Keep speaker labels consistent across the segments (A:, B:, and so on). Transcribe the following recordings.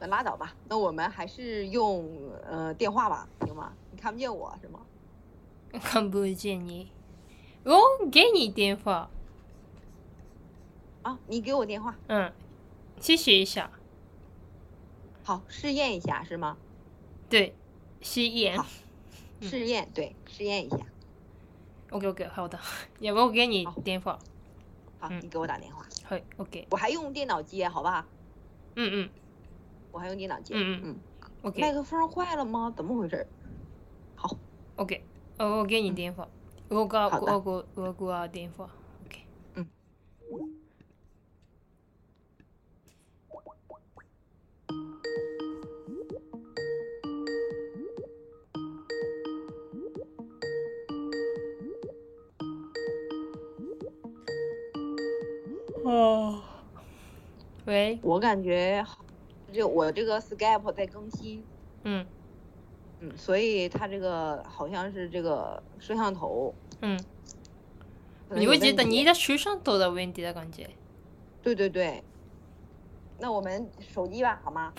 A: 那拉倒吧，那我们还是用呃电话吧，行吗？你看不见我是吗？
B: 看不见你，我给你电话，
A: 啊，你给我电话，
B: 嗯，谢谢一下，
A: 好，试验一下是吗？
B: 对，吸烟
A: 好。
B: 嗯
A: 试验，对，试验一下。
B: OK OK，好的，要不我给你
A: 好
B: 电话，
A: 好，
B: 嗯
A: 你给我打电话，
B: 好 OK，
A: 我还用电脑接，好吧？
B: 嗯嗯
A: 我还用电脑接。
B: 嗯
A: 嗯麦
B: ，OK
A: 克风坏了吗？怎么回事？
B: OK，哦，我给你
A: 嗯
B: 电话，我挂
A: 好的
B: 我挂我挂电话，OK，
A: 嗯。
B: 哦，喂，
A: 我感觉好这我这个 Skype 在更新，
B: 嗯
A: 嗯，所以它这个好像是这个摄像头。
B: 嗯，
A: 可能
B: 你
A: 有
B: 会觉
A: 问
B: 得
A: 题
B: 你的摄像头的问题的感觉，
A: 对对对，那我们手机吧，好吗？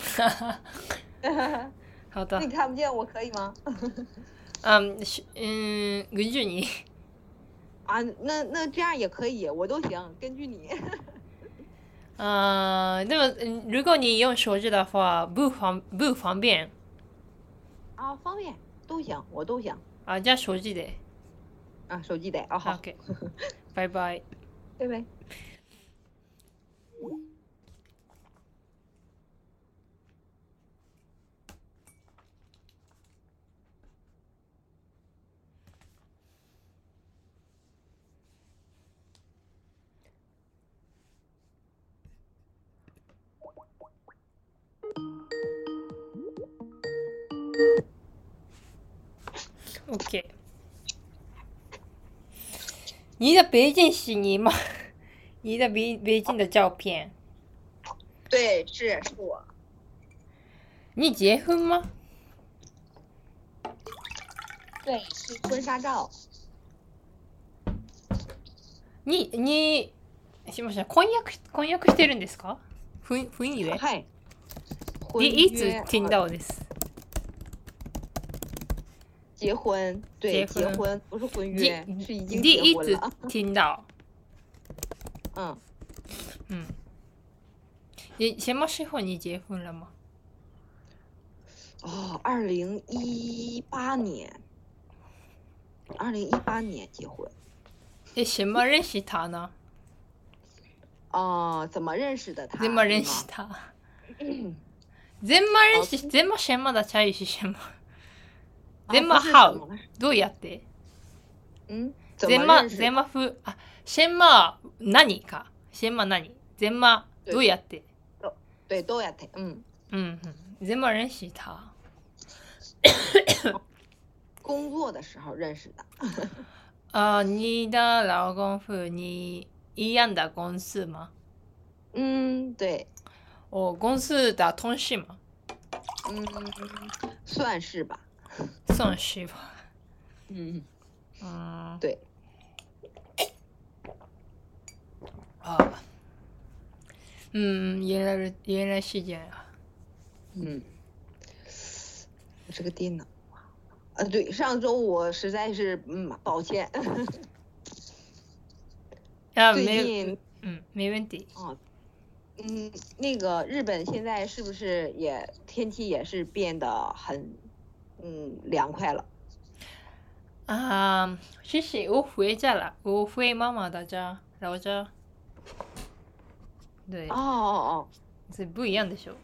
B: 好 的
A: 你，看不见我可以吗？
B: 嗯是嗯，根据你，
A: 啊，那那这样也可以，我都行，根据你。
B: 嗯，那么嗯如果你用手机的话，不方不方便
A: 啊，方便都行，我都行。
B: 啊，じゃあ手機で。
A: 啊，手机得啊，好，
B: OK，拜拜。
A: 拜拜。
B: OK。你的北京是你吗？ 你的北北京的照片。
A: 对，是是我。
B: 你结婚吗？
A: 对，是婚纱照。
B: に、に、すみません、婚約、婚約してるんですかふん、ふんゆえ。
A: 嗨，
B: で、
A: 婚
B: い
A: 约
B: つ听
A: 呃
B: 到です。
A: 结婚，对，
B: 结
A: 结
B: 婚
A: 婚不是婚约，
B: で、
A: 是已经
B: で、
A: 结
B: い
A: 婚
B: つ
A: 了。
B: 听到
A: 嗯，
B: うん。え、什么时候你结婚了吗？
A: 哦，二零一八年，二零一八年结婚。
B: え、什么认识他呢？
A: 哦，怎么认识的他？
B: 全部
A: 对
B: 认
A: 吗
B: 识他。 全部練習、全部什么的チャイシ什么？全部
A: 啊不是怎
B: how？
A: 么
B: どうやって？
A: 嗯，怎
B: 全
A: 么
B: 部
A: 认识
B: 全
A: 的？
B: 部ふあ、全部何か？全部何？全部どうやって？
A: 对，都要他。嗯，
B: うんうん。全部練習他。
A: 工作的时候认识的。
B: あ、你的老公夫你一样的公司吗？
A: 嗯，对，
B: 哦，公司的同事吗？
A: 嗯，算是吧。
B: 算是吧。
A: 嗯，
B: 嗯。
A: 对。
B: 啊。嗯，原来是原来是这样。
A: 嗯，我这个电脑啊，啊对，上周我实在是嗯，抱 歉，
B: 啊，
A: 最
B: 没
A: 近
B: 嗯，没问题。
A: 啊，嗯，那个日本现在是不是也天气也是变得很嗯凉快了？
B: 啊，谢谢，我回家了，我回妈妈的家，老家。对
A: 哦，哦
B: 是不一样的时候，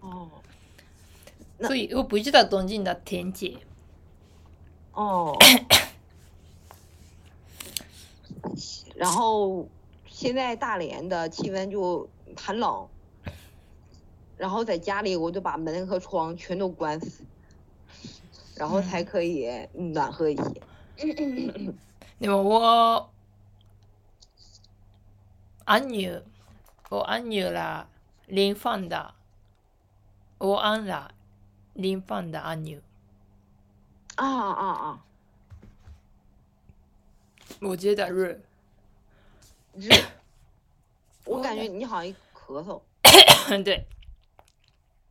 A: 哦哦那
B: 所以我不知道东京的天气。
A: 哦，然后现在大连的气温就很冷，然后在家里我就把门和窗全都关死，然后才可以暖和一些。
B: でも我安纽，我安纽了，林放的，我安了，林放的安纽。
A: 啊啊啊！
B: 我觉得热，
A: 热，我感觉你好像一咳嗽。
B: 对，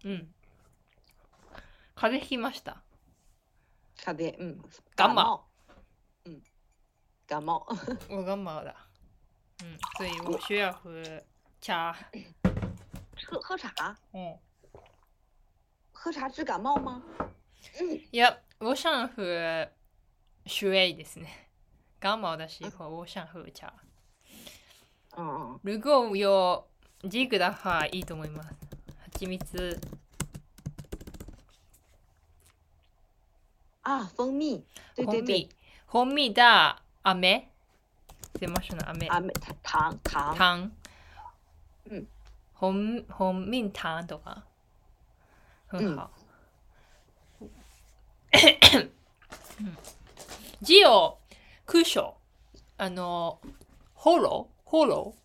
B: うん。風邪ひきました。
A: 卡的，嗯，
B: 感冒
A: 冒，嗯，感冒，
B: 我感冒了。嗯，所以我需要喝茶。
A: 喝喝茶，
B: 嗯，
A: 喝茶治感冒吗？
B: いや、我想喝水ですね。感冒的时候，我想喝茶。
A: 嗯，
B: 如果有ジグ的话，いいと思います。蜂蜜、
A: 啊，蜂蜜，对对
B: 蜂
A: 对
B: 蜜、，蜂蜜的飴，怎么说呢？飴
A: 啊，没糖糖糖，
B: 糖。
A: 嗯，
B: 红红蜜糖的话，很
A: 嗯
B: 好。嗯只有苦笑あのホロホロ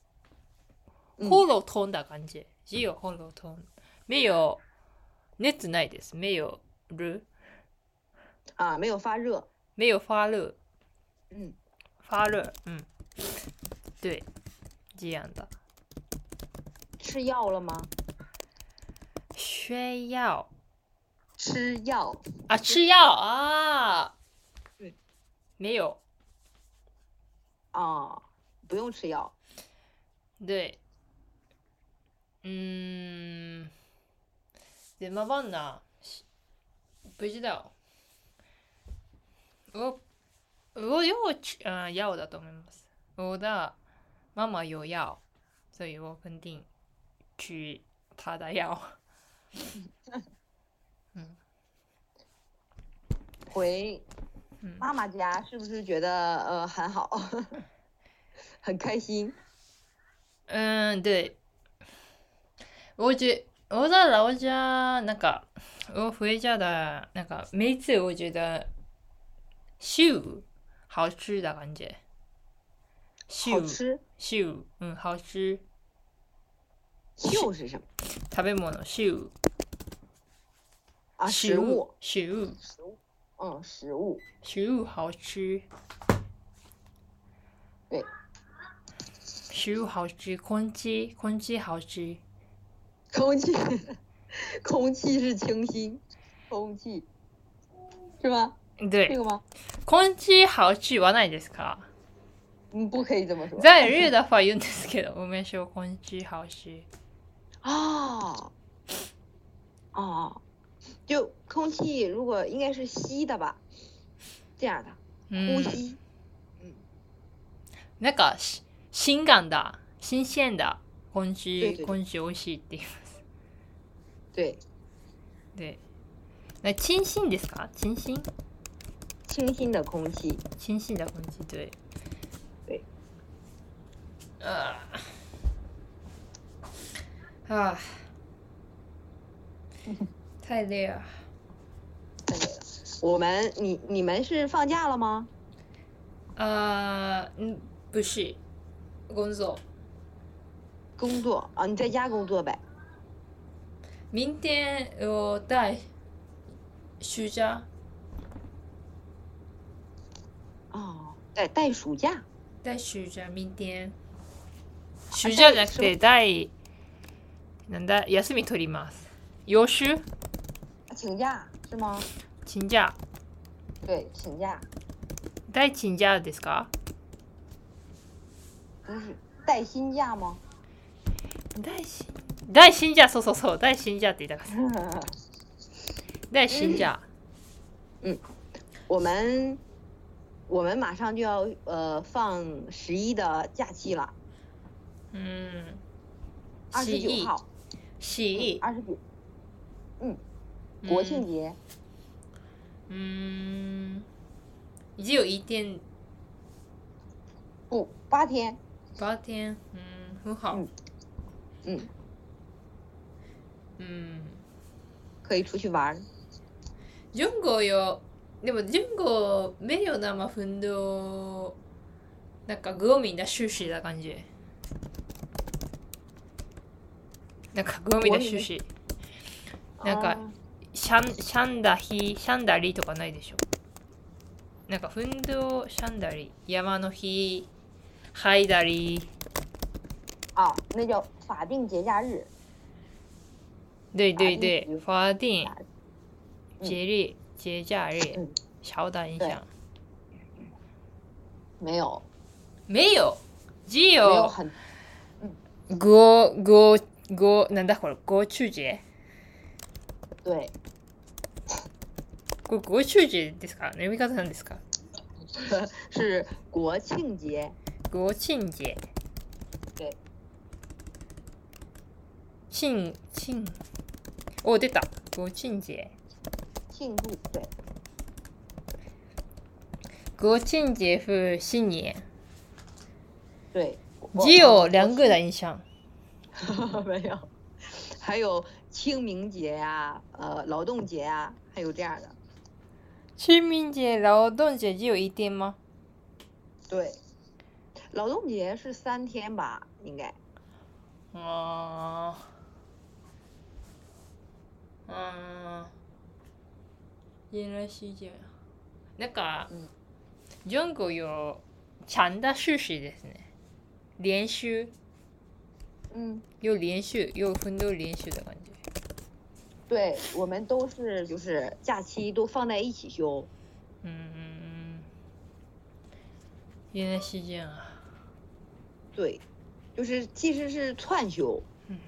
A: 嗯
B: ホロ飛んだ感じ。只有ホロ飛ん。没有熱ないです。没有热，
A: 啊，没有发热，
B: 没有发热，
A: 嗯，
B: 发热。嗯，对，这样的。
A: 吃药了吗？
B: 需要。
A: 吃药，
B: 啊，吃药啊，
A: 对，
B: 没有，
A: 啊，不用吃药，
B: 对，嗯，怎么办呢？不知道，我我有吃嗯药的と思います。我的妈妈有药，所以我肯定吃她的药。
A: 回
B: 嗯，
A: 妈妈家是不是觉得呃很好， 很开心？
B: 嗯，对，我觉我在老家那个，我回家的那个，每次我觉得秀好吃的感觉，
A: 好
B: 秀
A: 吃，
B: 秀，嗯，好吃，
A: 秀是什么
B: 食べ物秀
A: 啊？食物，
B: 食物
A: 食物，嗯，食物，
B: 食物好吃，
A: 对，
B: 食物好吃，空气空气好吃，
A: 空气， 空气是清新，空气，是吗？这
B: 对，
A: 个吗？
B: 空气好吃はないですか？
A: 嗯，不可以这么说
B: 在日的话言うんですけど、我们说空气好吃。
A: 啊啊，就空气如果应该是吸的吧，这样的呼
B: 嗯，
A: 吸，
B: なんかし新感だ、新鮮だ、今
A: 对
B: 週
A: 对对
B: 今週美味しいって言います。
A: 对，
B: で、な清新ですか？清新？
A: 清新的空气，
B: 清新だ今週对。
A: 对。
B: ああ。ああ。太累了。
A: 太美了。我们你你们是放假了吗？
B: ああ、ん不是，工作。
A: 工作啊，你在家工作呗。
B: 明天我带暑假。
A: 哦，带带暑假
B: 带暑假明天。暑假じゃなくて带なんだ休み取ります。予習
A: 请假是吗？
B: 请假
A: 对，请假
B: 带请假ですか？
A: 不是带薪假吗？
B: 带薪带薪假そうそうそう带薪假って言ったから带薪假
A: 我们我们马上就要呃放十一的假期了，
B: うん。
A: 二十
B: 十一
A: 九号，嗯
B: 十
A: 二十九
B: 一
A: 国庆节，
B: 嗯。嗯一応一天
A: 不八天，
B: 八天嗯很好
A: 嗯嗯，
B: 嗯。
A: 可以出去玩儿。
B: 純子よでも純子名誉なまふんどなんかグオミンだ終始だ感じなんかグオミンだ終始なんか
A: 啊
B: シャンシャンダヒシャンダリとかないでしょなんかふんどシャンダリ山の日ハイダリ
A: 哦啊，那叫法定节假日，
B: 对对
A: 一
B: 对
A: 直，
B: 法定
A: 打
B: 节日、节假日
A: 嗯，
B: 小打影
A: 对
B: 响。
A: 没有，
B: 没有，只
A: 没有
B: 有
A: 很
B: ごごごなんだこれご中節
A: 对，
B: これご中節ですか読み方なんですか
A: 是国庆节，
B: ご中節。
A: 对。
B: ちん、ちん。お、出た。ご中節。
A: 庆祝对
B: ご中節風新年。
A: 对。我
B: 只有两
A: 两
B: 个
A: 个
B: 的印象。
A: 没有，还有清明节呀、呃，劳动节呀、还有这样的。
B: 清明节、劳动节只有一天吗？
A: 对，劳动节是三天吧，应该。
B: あーあーいやらしいじゃん。なんか、
A: うん
B: ジョンコよ、ちゃんだ収集ですね。練習、
A: 嗯，
B: 有練習、有奮斗練習的感じ。
A: 对，我们都是就是假期都放在一起休。
B: うんうんうん。いやらしいじゃん。
A: 对，就是其实是串休。
B: 嗯，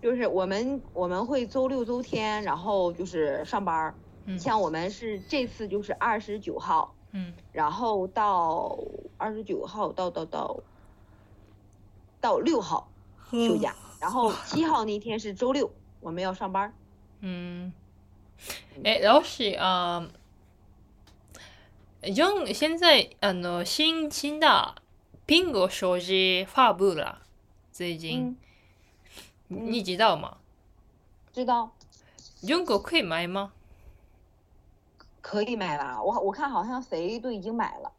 A: 就是我们我们会周六周天，然后就是上班儿。
B: うん
A: 像我们是这次就是二十九号，
B: うん
A: 然后到二十九号到到到到六号
B: 嗯
A: 休假，然后七号那天是周六，我们要上班儿。
B: 嗯，哎，老师啊，ジョン现在あの新新的苹果手机发布了，最近、
A: 嗯
B: 你知道吗？
A: 知道
B: ジョン可以买吗？
A: 可以买吧？我我看好像谁都已经买了，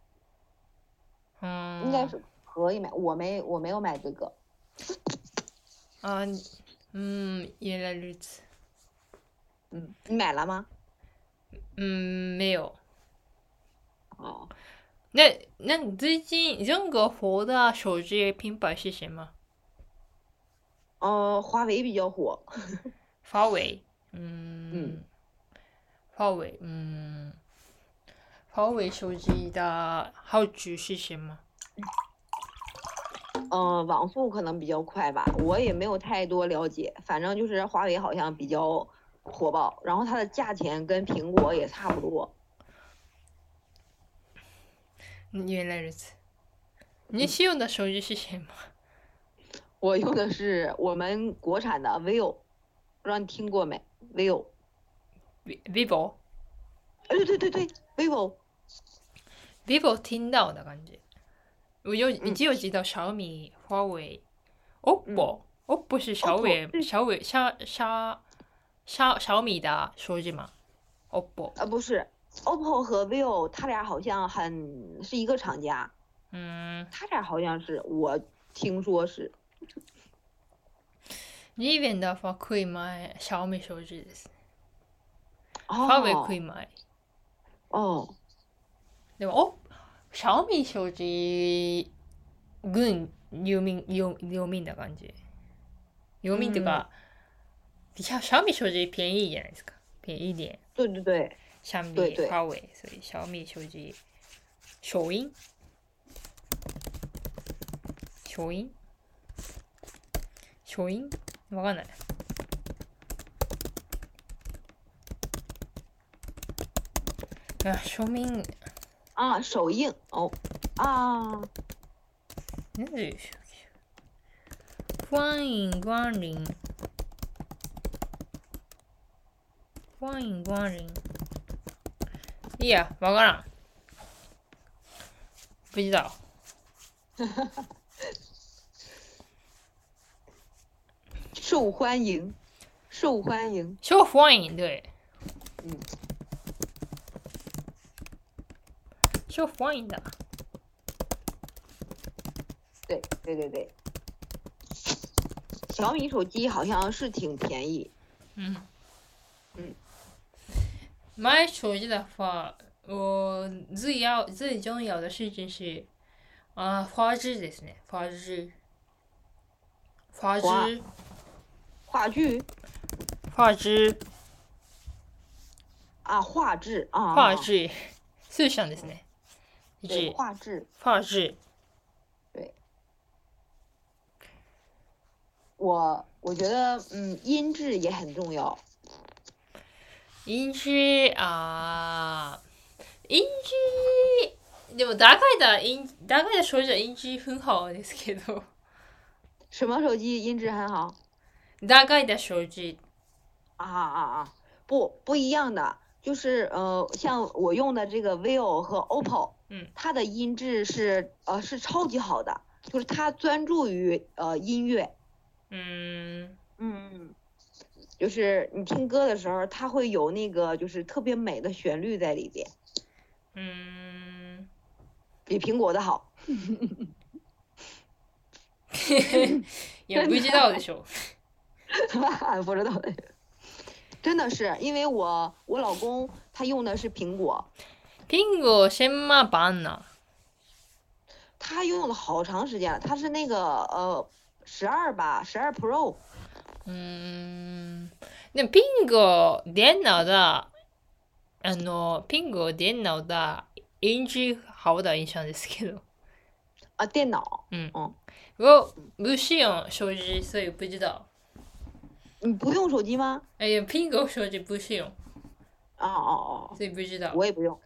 B: 嗯，
A: 应该是可以买。我没我没有买这个，
B: 啊，嗯，原来如此，
A: 嗯，你买了吗？
B: 嗯，没有。
A: 哦，
B: 那那最近ジョン国火的手机品牌是什么？
A: 呃，华为比较火，
B: 华为，嗯，华为，嗯，华为手机的好处是什么？
A: 呃，网速可能比较快吧，我也没有太多了解，反正就是华为好像比较火爆，然后它的价钱跟苹果也差不多。
B: 嗯原来如此。
A: 嗯
B: 你使用的手机是什么？
A: 我用的是我们国产的 vivo，不知道你听过没？vivo，
B: vi- vivo，vivo
A: 哎对对对对，vivo，
B: 听到的感觉。我有
A: 嗯
B: 只有知道小米、哦华为、OPPO、OPPO 是小
A: OPPO，
B: 伟
A: 对
B: 小伟小小小小米的手机哦吗？OPPO，
A: 啊不是，OPPO 和 vivo，它俩好像很是一个厂家，
B: 嗯，
A: 它俩好像是我听说是，
B: 日本的话可以买小米手机です。
A: 哦，
B: 华为可以买。
A: 哦，
B: でも、お、シャオミ手機、軍、有名、有有名な感じ。有名っていうか、いやシャオミ手機便宜じゃないですか。便宜一点。
A: 对对对
B: シャオミ、
A: 对对
B: 华为、所以シャオミ手機、小音小音小音わかんない。あ、小民、
A: 啊，首映哦，啊，
B: なんでしょう欢迎光临。欢迎光临。哎いいや、わからん。不知道。
A: 受欢迎，受欢迎，
B: 受欢迎，对。
A: 嗯。
B: 受欢迎的。
A: 对对对对，小米手机好像是挺便宜，
B: 嗯。
A: 嗯。
B: 买手机的话，我最要最重要的事情是，啊、画质ですね。画质。
A: 画
B: 画质。
A: 话剧。
B: 画质、
A: 啊，画质啊，
B: 画质、数项ですね。
A: 对
B: 一、
A: 画质，
B: 画质。
A: 我我觉得嗯，音质也很重要。
B: 印字あー印字でも大概だ印大概的说着印字很好ですけど
A: 什么手机音质很好？
B: 大概的说字
A: 啊啊啊！不不一样的，就是呃，像我用的这个 vivo 和 OPPO，
B: 嗯，
A: 它的音质是呃是超级好的，就是它专注于呃音乐，
B: うーん
A: 嗯，就是你听歌的时候，它会有那个就是特别美的旋律在里边，
B: うーん
A: 比苹果的好。
B: いや無事だでしょ
A: 不知道， 真的是因为我我老公他用的是苹果，
B: ピンゴシェンマバンナ
A: 他用了好长时间了，他是那个呃十二吧，十二 Pro。
B: うーんでもピンゴデンナだあのピンゴデンナだ印字好だ印象ですけど
A: 啊，电脑，
B: うん
A: あ
B: を無視音生じそういう無事だ
A: 你不用手机吗？
B: 哎呀，苹果手机不是用，
A: 哦哦
B: 所以不知道
A: 哦，。我也不用。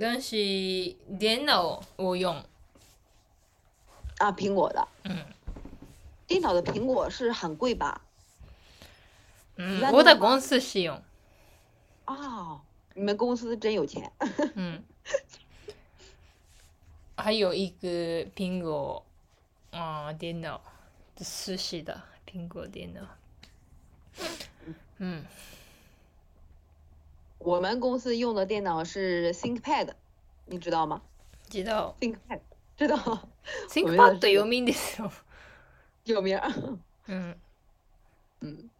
B: 但是电脑我用，
A: 啊，苹果的，
B: 嗯
A: 电脑的苹果是很贵吧？
B: 嗯，我的公司是用，
A: 啊、你们公司真有钱。
B: 嗯。还有一个苹果啊、电脑，是是的，苹果电脑。嗯，
A: 我们公司用的电脑是 ThinkPad，你知道吗
B: 知道。
A: ？ThinkPad 知道
B: ThinkPad 読みですよ。
A: 有名儿。
B: 嗯
A: 嗯，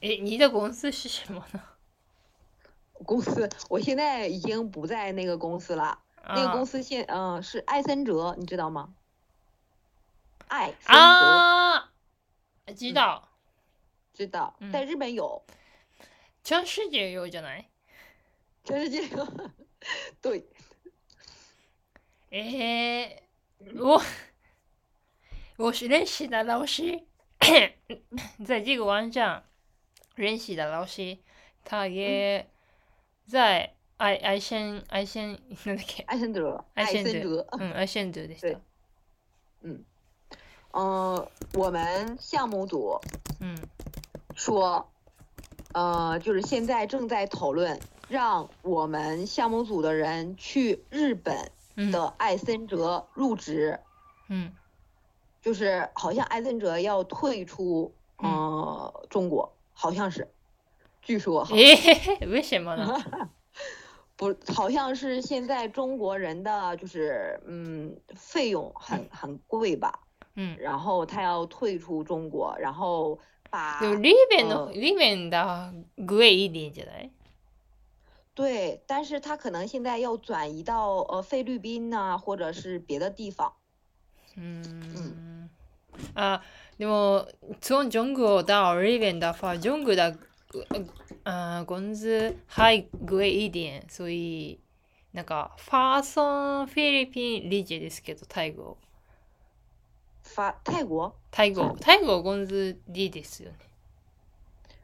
B: 诶，你的公司是什么呢？
A: 公司，我现在已经不在那个公司了。那个公
B: 司
A: 司现嗯、呃是艾森哲，你知道吗？艾森哲、
B: 啊，知道。
A: 知道，在
B: 嗯
A: 日本有，
B: 全世界有じゃない？
A: 全世界有。 对，
B: えー、我我是认识的老师， 在这个网站认识的老师，他也在爱爱先爱先なんだっけ？
A: 艾森哲，
B: 艾
A: 艾森
B: 森哲
A: 哲。
B: 嗯，愛先生でした
A: 对。嗯，我们项目组
B: 嗯
A: 说，呃，就是现在正在讨论，让我们项目组的人去日本
B: 嗯
A: 的艾森哲入职，
B: 嗯
A: 就是好像艾森哲要退出，呃，中国，好像是，据说哈，
B: えー、 为什么呢？
A: 不，好像是现在中国人的就是嗯，费用很很贵吧，
B: 嗯，
A: 然后他要退出中国，然后把
B: でもリベンの
A: うん
B: リベンだグエイディじゃない？
A: 对，但是他可能现在要转移到呃菲律宾呐、或者是别的地方。
B: うーん。あ、でも、ツオンジョングオダ、リーベンダ、ファジョングダ、あゴンズ、ハイ、グエイディエン、そういう、なんか、ファーソン、フィリピン、リジェですけど、タイ語。
A: 法泰国
B: タイ語、タイ語ゴンズ、リですよね。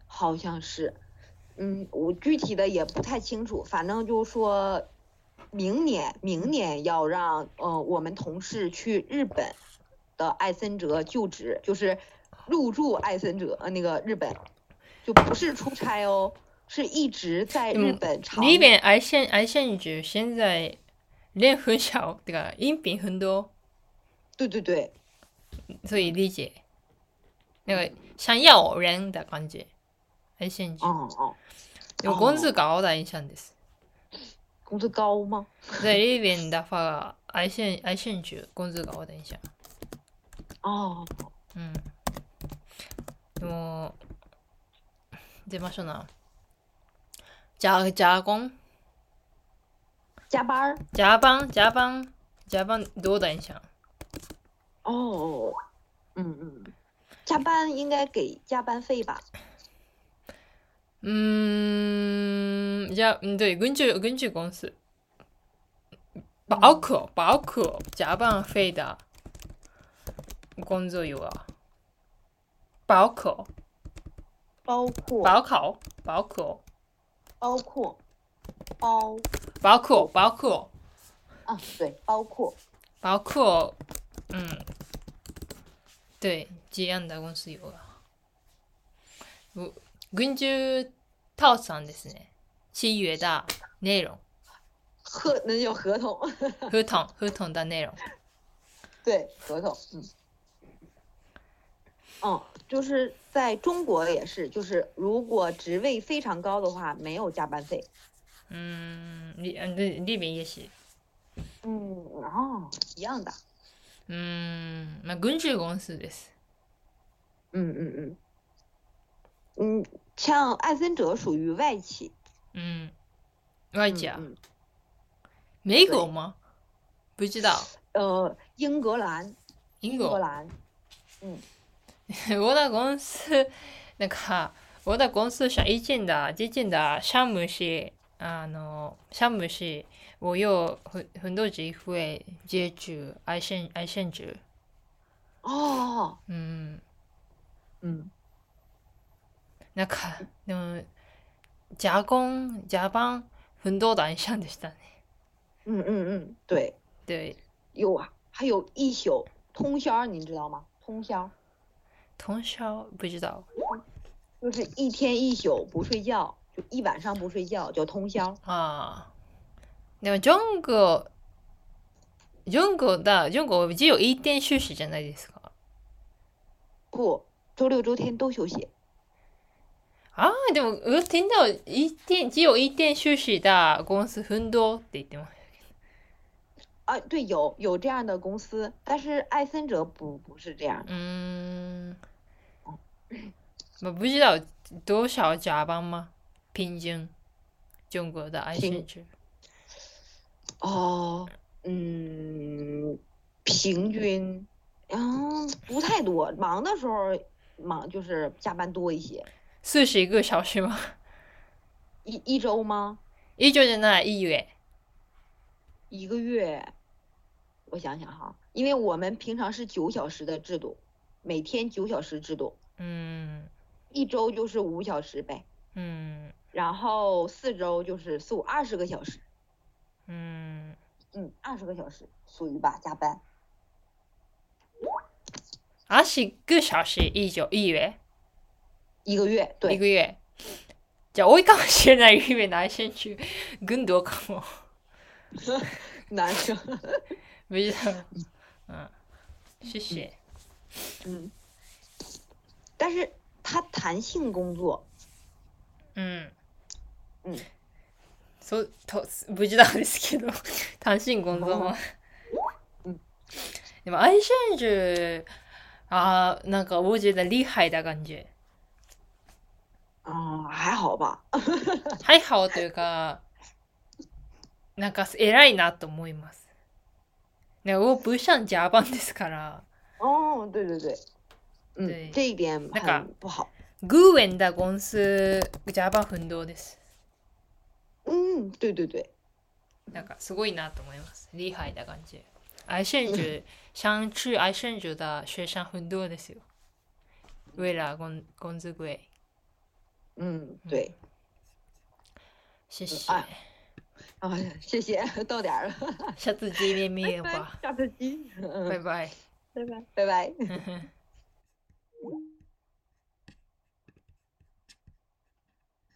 A: 好像是，嗯，我具体的也不太清楚，反正就说明年明年要让呃我们同事去日本的艾森哲就职，就是入住艾森哲呃那个日本，就不是出差哦，是一直在日
B: 嗯
A: 本长
B: リーベン、アイシェン、アイシェンジュ、現在、レンフンシャオ、てか、インピンフンド、
A: 对对对
B: そういうリジェ。なんか、シャンヤオ、レンだ感じ。アイシェンジュ。
A: 嗯嗯，
B: でも、ゴンズがオダインシャンです。
A: 工资高吗？
B: 在日本的话，癌线癌线局工资高，等一下，
A: 哦，
B: 嗯，でも出ましょうな。ジャジャゴン
A: 加班儿。
B: ジャバンジャバンジャバンどうだいんしゃん。
A: 哦，嗯嗯，加班应该给加班费吧？
B: うーん、じゃあ、うん嗯对，根据根据公司，包
A: 嗯
B: 括包括加班费的工作有啊，包括
A: 包括
B: 包括包括
A: 包括包
B: 包括包括
A: 啊，对，包括
B: 包括，嗯，对，这样的公司有啊。う根据套餐ですね。契约的内容，
A: 合那叫合同，
B: 合同合同的内容。
A: 对，合同，嗯。嗯，就是在中国也是，就是如果职位非常高的话，没有加班费。
B: 嗯，里嗯对，里面也是。
A: 嗯，哦，一样的。
B: うん、まあ、軍事公司です。
A: 嗯嗯嗯。嗯，像艾森哲属于外企。
B: うん。外企啊
A: 嗯。嗯
B: 美国吗不知道。
A: 呃，英格兰，
B: 英
A: 英
B: 国
A: 格。兰，
B: 我的公司，那个我的公司是以前的，之前的项目是，あの、项目是我有很很多机会接触爱心爱心者。
A: 哦，
B: 嗯。
A: 嗯，
B: なんか、でも、ジャゴン、ジャパン、很多的像でしたね。
A: 嗯嗯嗯，对，
B: 对，
A: 有啊，还有一宿通宵，你知道吗？通宵
B: 通宵不知道。
A: 就是一天一宿不睡觉，就一晚上不睡觉叫通宵。
B: ああ。でも、ジョング、ジョングだ、ジョング、只有一点休息じゃないですか。
A: 不，周六周天都休息。
B: ああ、でも、我听到一点、只有一点休息だ、公司很多って言ってます。
A: 啊，对，有有这样的公司，但是艾森哲不不是这样的。
B: うーん。まあ、不知道、多少ジャパン吗平均。ジョング的爱心者。
A: 哦，嗯，平均，嗯，不太多。忙的时候忙就是加班多一些，
B: 四十一个小时 吗？
A: 一一周吗？
B: 一周じゃない、一月。
A: 一个月，我想想哈，因为我们平常是九小时的制度，每天九小时制度，
B: うん。
A: 一周就是五小时呗，
B: うん。
A: 然后四周就是四五二十个小时，
B: うん。
A: 嗯，二十个小时属于吧加班。
B: 二十个小时以上、一月。
A: 一个月，
B: 一
A: 对
B: 个月。じゃあ、多いかもしれない。因为男生去更多かも。
A: 男生，
B: 不知道。嗯。谢谢。
A: 嗯，但是他弹性工作，
B: うん。
A: うん。
B: そう、と、無事なんですけど。 単身ゴンゾマ
A: うん。
B: でも、アイシェンジュ、ああ、なんか、我觉得厉害的感じ。
A: 啊、还好吧，
B: はいはおというか、なんか偉いなと思います。ね、我不上加班ですから、
A: 哦，对对对，
B: 对
A: 嗯，这一点
B: 那个
A: 很不好，
B: グーエンダゴンスジャバ奮闘です。
A: 嗯，对对对，
B: なんかすごいなと思います。厉害な感じ。爱甚至想去爱甚至的学生很多ですよ。为了工工资贵，
A: 嗯，对，
B: 谢谢。
A: 哎啊，谢谢， 到点儿了，
B: 下次见面吧，
A: 下次见，
B: 拜
A: 嗯，
B: 拜。
A: 拜拜，拜拜。